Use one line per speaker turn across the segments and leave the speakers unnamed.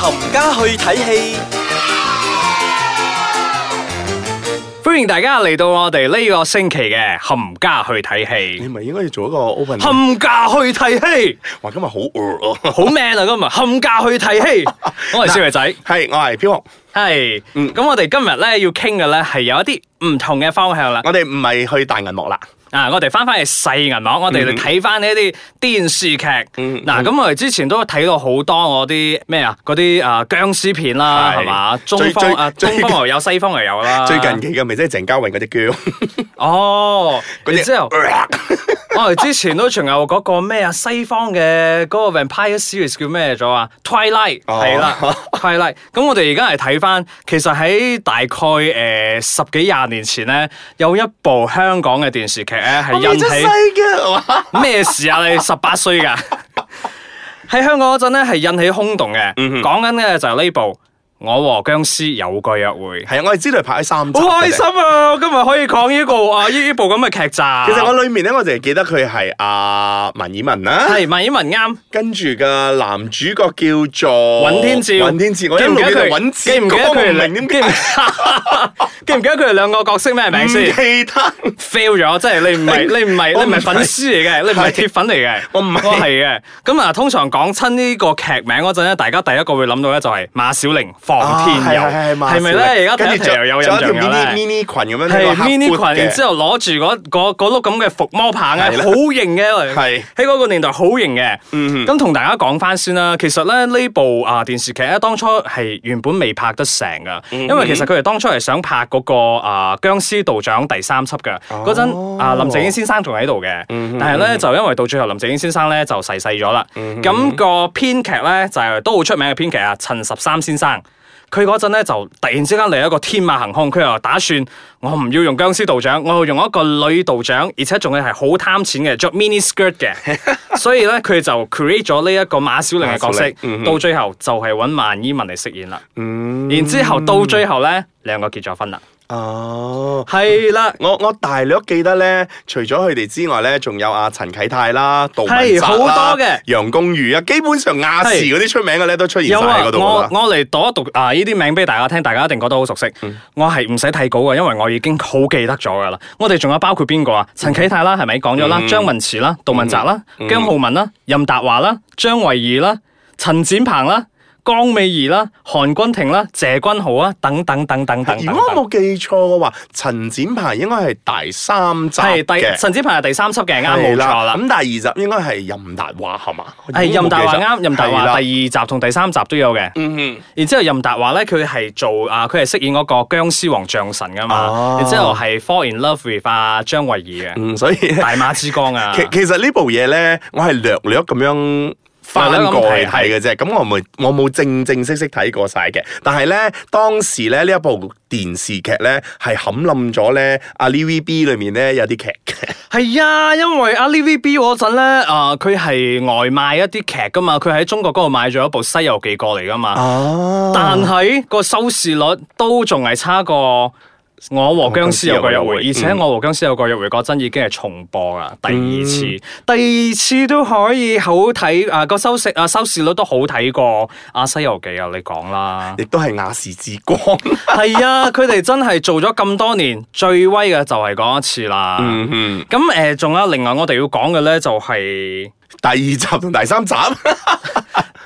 冚家去睇戲，
欢迎大家嚟到我哋呢个星期嘅冚家去睇
你
戏，
咪應該要做一個 open，
冚家去睇戏，
哇！今日好餓啊！
好 man 啊今日，冚家去 睇戏，我係小肥仔，
係，我係飄紅，
系，
嗯
咁我哋今日咧要倾嘅咧系有一啲唔同嘅方向啦，
我哋唔係去大銀幕啦，
啊，我哋翻翻去細銀幕，我哋嚟睇翻呢啲電視劇。
嗯
嗱，咁我哋之前都睇到好多我啲咩啊，嗰啲啊僵屍片啦，
係
係嘛？中
最
方
最
啊，
最
中方又有，西方又有啦。
最近期嘅咪即係鄭嘉穎嗰隻姜，
哦，
嗰
然
隻
之後 我哦哋之前都仲有嗰個咩啊，西方嘅嗰個 Vampire Series 叫咩咗啊？Twilight
哦
係啦，Twilight。咁我哋而家嚟睇翻，其實喺大概誒十幾廿年前咧，有一部香港嘅電視劇咧 係引
真
起。
嘅，哇！
咩事啊？你十八歲噶？ 喺香港嗰陣咧，係引起轟動嘅。講緊嘅就係呢部《我和僵屍有個約會》。
係啊，我哋知道係拍咗三集，
好開心！啊！我今日可以講呢個啊呢呢部咁嘅劇集。
其實我裏面咧，我淨係記得佢係阿文以文啦，
係萬綺雯啱，
跟住嘅男主角叫做
尹天照。
尹天照，我一
記唔
路
記
記
得
得
佢
尹
記
天
唔
照，
記得
我唔
佢
明點
記
解
唔 記唔記得佢哋兩個角色咩名
唔
先
記得。
？fail 咗，即係你唔係你唔係
我
你唔
唔
係
係
粉絲嚟嘅，你唔係鐵粉嚟嘅。
我唔係
我係嘅。咁啊，通常講親呢個劇名嗰陣咧，大家第一個會諗到咧就係馬小玲、
啊
房哦天佑，
係係係馬
係咪
小玲
咧？而家
跟
睇一
住
睇又有印象
仲有條
嘅
mini
咧。
mini 裙咁樣，
係
呢個黑
mini
boot
裙，然
嘅
之後攞住嗰嗰嗰碌咁嘅伏魔棒咧，
係啦
好型嘅。
係嗯
喺嗰個年代好型嘅。咁同大家講翻先啦，其實咧呢部啊電視劇咧，當初係原本未拍得成噶，
嗯
因為其實佢哋當初係想拍嗰個啊僵屍道長第三輯嘅
哦
嗰陣啊林正英先生仲喺度嘅，
嗯
但係咧就因為到最後林正英先生咧就逝世咗啦。
嗯
咁個編劇咧就係都好出名嘅編劇啊，陳十三先生。佢嗰陣咧就突然之間嚟一個天馬行空，佢又打算我唔要用僵屍道長，我要用一個女道長，而且仲要係好貪錢嘅，着 mini skirt 嘅，所以咧佢就 create 咗呢一個馬小玲嘅角色
馬小玲，嗯哼
到最後就係揾萬依文嚟飾演啦。
嗯
然之後到最後咧，兩個結咗婚啦。
哦。
係啦，
我我大略記得咧，除咗佢哋之外咧，仲有阿陳啟泰啦、杜汶澤
係
啦
好多嘅
楊公寓啊，基本上亞視
係
嗰啲出名嘅咧都出現晒
有啊
喺嗰，度
我
㗎啦。
我嚟讀一讀啊呢啲名俾大家聽，大家一定覺得好熟悉。
嗯
我係唔使睇稿嘅，因為我已經好記得咗噶啦。我哋仲有包括邊個
嗯
啊？陳啟泰啦，係咪講咗啦？張文慈啦，杜汶澤啦，姜浩文啦，任達華啦，張慧儀啦，陳展鵬啦。江美儀啦、韓君婷啦、謝君豪啊，等等等等等等
如果我
等，
冇記錯嘅話，陳展鵬應該係第三集
係第
嘅，
陳展鵬係第三輯嘅，啱冇
係
錯啦。
咁第二集應該係任達華係嘛？我
係
已經冇
任
記
達華
錯
啱，任達
係啦
華第二集同第三集都有嘅。
嗯
然之後任達華咧，佢係做啊，佢係飾演嗰個僵屍王象神噶嘛
哦，
然之後係 fall in love with 啊張慧儀嘅
嗯，所以
大馬之光啊，
其其實呢部嘢咧，我係略略咁樣。翻
略略咁
過去
睇
睇嘅啫，咁我冇我冇正正式式睇過晒嘅。但係咧，當時咧呢一部電視劇咧係冚冧咗咧阿 TVB 裏面咧有啲劇嘅，
係啊，因為啊 LVB 嗰陣咧，啊佢係外賣一啲劇噶嘛，佢喺中國嗰度買咗一部《西遊記》過嚟噶嘛，
哦，
但係個收視率都仲係差過。我和僵屍有個約會，嗯而且我和僵屍有個約會嗰陣已經係重播啦，第二次，第二次都可以好睇啊個收視啊收視率都好睇過啊《西遊記》啊，你講啦
亦都係亞視之光。
係啊，佢哋真係做咗咁多年，最威嘅就係嗰一次啦。
嗯，
咁誒，仲、有另外我哋要講嘅咧，就係、
第二集同第 三集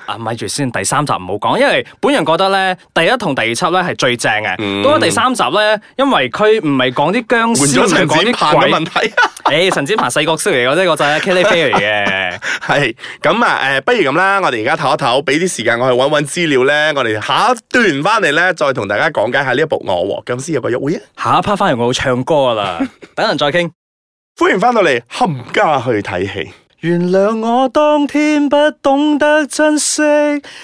啊，咪住先，第三集唔好講，因為本人覺得咧，第一同第二輯咧係最正嘅。
嗯
到咗第三集咧，因為佢唔係講啲僵
換
屍，
咗
唔係
陳展鵬啊
講啲
嘅
鬼。
問題。
誒，陳展鵬細角色嚟嘅啫，嗰陣 Kelly 飛 嚟嘅。
係咁啊，誒、不如咁啦，我哋而家唞一唞，俾啲時間我去揾揾資料咧，我哋下一段翻嚟咧，再同大家講解下呢一部《我和僵屍有個約會》啊！
下一 part 翻嚟我會唱歌啦，等陣再傾。
歡迎翻到嚟冚家去睇戲。
原諒我當天不懂得珍惜，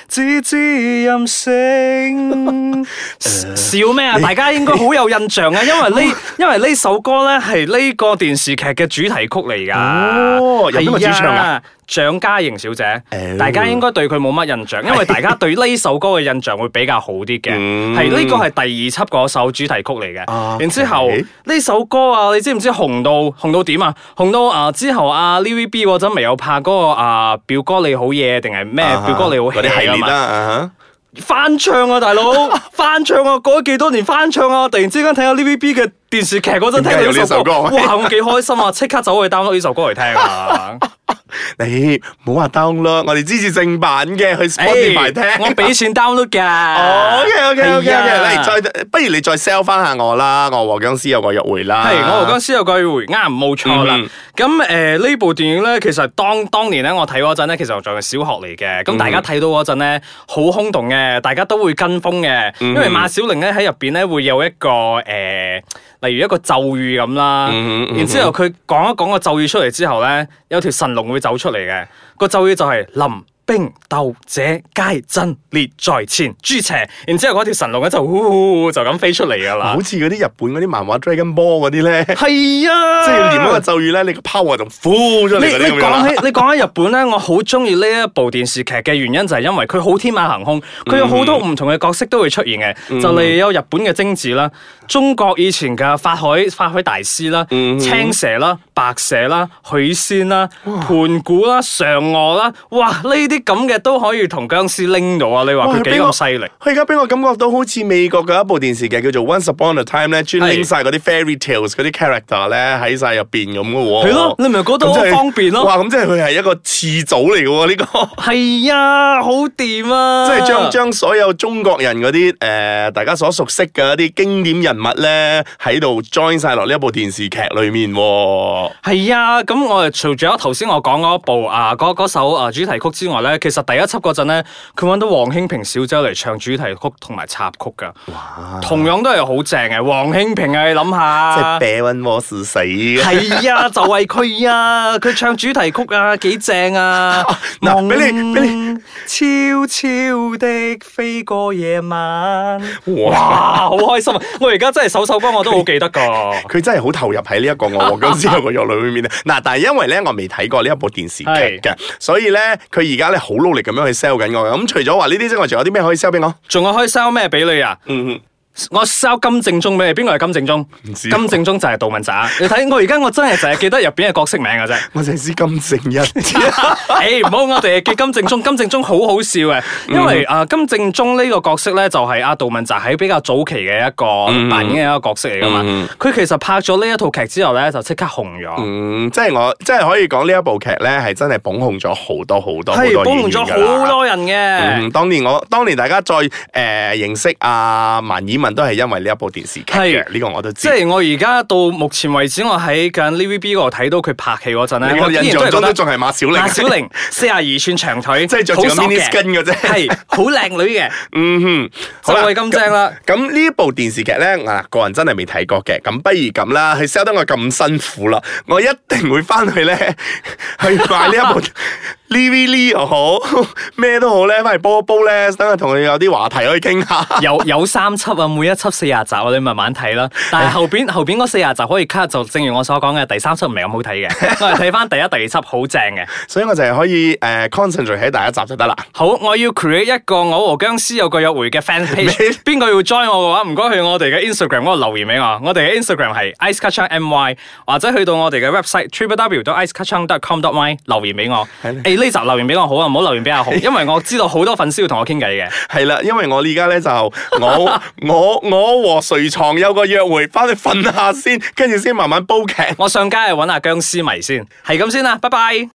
只知任性。 笑咩啊？大家應該好有印象啊，因為 呢因為呢首歌咧係呢個電視劇嘅主題曲嚟㗎。
哦有邊個主唱㗎
係啊？蔣嘉瑩小姐
哦
大家應該對佢冇乜印象，因為大家對呢首歌嘅印象會比較好啲 嘅。
嗯
係呢個係第二輯嗰首主題曲嚟嘅。
啊
然之後
OK
呢首歌啊，你知唔知紅到紅到點啊？紅到啊、之後啊 TVB 嗰陣咪有拍嗰、個啊、表哥你好嘢定係咩
啊哈
表哥你好
嗰啲系
hea 啊
列啦，
嘛？
啊
翻唱啊，大佬翻唱啊，過咗幾多年翻唱啊，突然之間睇下 TVB 嘅電視劇嗰陣聽到呢首歌，
點解有呢首歌
哇，我幾開心啊！即刻走去 download 呢首歌嚟聽啊！
你唔好話 download，我哋支持正版嘅，去 Spotify 聽。
我俾錢 download 㗎。
哦，OK OK OK OK，
係啊
你再不如你再 sell 翻下我啦，我和僵尸有個約會啦。
係，我和僵屍有句回啱，冇錯啦
啊嗯。
咁誒呢部電影咧，其實當當年咧，我睇嗰陣咧，其實我仲係小學嚟嘅。
嗯
咁大家睇到嗰陣咧，好轟動嘅，大家都會跟風嘅，
嗯
因為馬小玲咧喺入邊咧會有一個誒。例如一個咒語咁啦，
嗯哼嗯哼
然之後佢講一講個咒語出嚟之後咧，有條神龍會走出嚟嘅。個咒語就係臨兵鬥者皆陣列在前，諸邪。然之後嗰條神龍咧就呼呼呼就咁飛出嚟㗎啦
好。似嗰啲日本嗰啲漫畫 Dragon Ball 嗰啲咧，
係 啊，
即係念嗰個咒語咧，你個 power 就 full 出嚟
你
嗰啲咁
你
樣啦
講。起你講起日本咧，我好中意呢一部電視劇嘅原因就係因為佢好天馬行空，佢有好多唔同嘅角色都會出現嘅。
嗯
就例如有日本嘅貞子啦，中國以前嘅法海法海大師啦，
嗯
青蛇啦、白蛇啦、許仙啦、盤古啦、嫦娥啦，哇！呢啲咁嘅都可以同僵屍拎到啊！你話
哇
佢幾
俾我
咁犀利？
佢而家俾我感覺到好似美國嘅一部電視劇叫做《Once Upon a Time》咧，專拎晒嗰啲 fairy tales 嗰啲 character 咧喺晒入邊咁嘅喎。
係咯你咪覺得
咁即係
好方便咯
哇！咁即係佢係一個次祖嚟嘅喎，呢 個。
係啊，好掂啊！
即係將將所有中國人嗰啲誒，大家所熟悉嘅一啲經典人物咧，喺度 join 晒落呢一部電視劇裏面喎。
係啊，咁我哋除咗頭先我講嗰部啊，嗰嗰首啊主題曲之外咧，其實第一輯嗰陣咧，佢揾到黃興平小姐嚟唱主題曲同埋插曲噶，同樣都係好正嘅。黃興平啊，你諗
即係
下，
病温我是死嘅。
係啊，就係佢啊，佢唱主題曲啊，幾正啊！
嗱俾你俾
悄悄的飛過夜晚，
哇！
啊，好開心啊！我而家真係首首歌我都好記得噶。
佢真係好投入喺呢一個我和僵屍有個約裏面咧。 嗱，但係因為咧我未睇過呢一部電視劇嘅，所以咧佢而家咧好努力咁樣去 sell 緊我嘅。咁除咗話呢啲之外，仲有啲咩可以 sell 俾我？
仲有可以 sell 咩俾你啊？
嗯，
我 sell 金正宗俾你，邊個係金正宗？
唔知
金正宗就係杜汶澤。你睇我而家我真係就係記得入邊嘅角色名嘅啫。
我淨係知金正一。
誒唔好我哋記金正宗，金正宗好好笑嘅，
嗯
因為啊、金正宗呢個角色咧就係阿杜汶澤喺比較早期嘅一
嗯
個扮演嘅一個角色嚟噶嘛。佢、其實拍咗呢一套劇之後咧就即刻紅咗。
嗯，即係我即係可以講呢一部劇咧係真係捧紅咗好多好多好
係
多
幫
演員
咗
㗎啦
好多人
嗯，
嘅，
當年我當年大家再誒、呃、認識啊萬綺雯都係因為呢一部電視劇嘅，
係
呢個我都知。
即係我而家到目前為止，我喺緊 TVB 嗰度睇到佢拍戲嗰陣
你
咧，
我
我依然
印
都
象
係覺
中都
得
仲係馬小玲，
馬小玲四廿二寸長腿，
即係着住個
好索
mini
嘅
skin 嘅啫。
係好靚 女嘅，
嗯哼，
就係咁正啦。
咁咁呢部電視劇咧，嗱個人真係未睇過嘅，咁不如咁啦，佢 sell 得我咁辛苦啦，我一定會翻去咧 去買呢一部 Livi Li 又好，咩都好咧，翻嚟煲一煲咧，等我同佢有啲話題可以傾下。
有有三輯啊，每一輯四廿集啊，你慢慢睇啦。但係後邊後邊嗰四廿集可以 cut，就正如我所講嘅，第三輯唔係咁好 睇嘅。我哋睇翻第一、第二輯好正嘅。
所以我就係可以誒、呃 concentrate 喺第一集就得啦。
好，我要 create 一個我和僵屍有個約會嘅 fan page。邊個要 join 我嘅話，唔該去我哋嘅 Instagram 嗰度留言俾我。我哋嘅 Instagram 係 iceketchupmy，或者去到我哋嘅 website www.iceketchup.com.my 留言俾我。誒呢集留言俾我好啊，唔好留言俾阿紅，因為我知道好多粉絲要同我傾偈嘅。
係啦，因為我而家咧就我我我和誰床有個約會，翻去瞓下先，跟住先慢慢煲劇。
我上街去揾下僵屍迷先，係咁先啦，拜拜。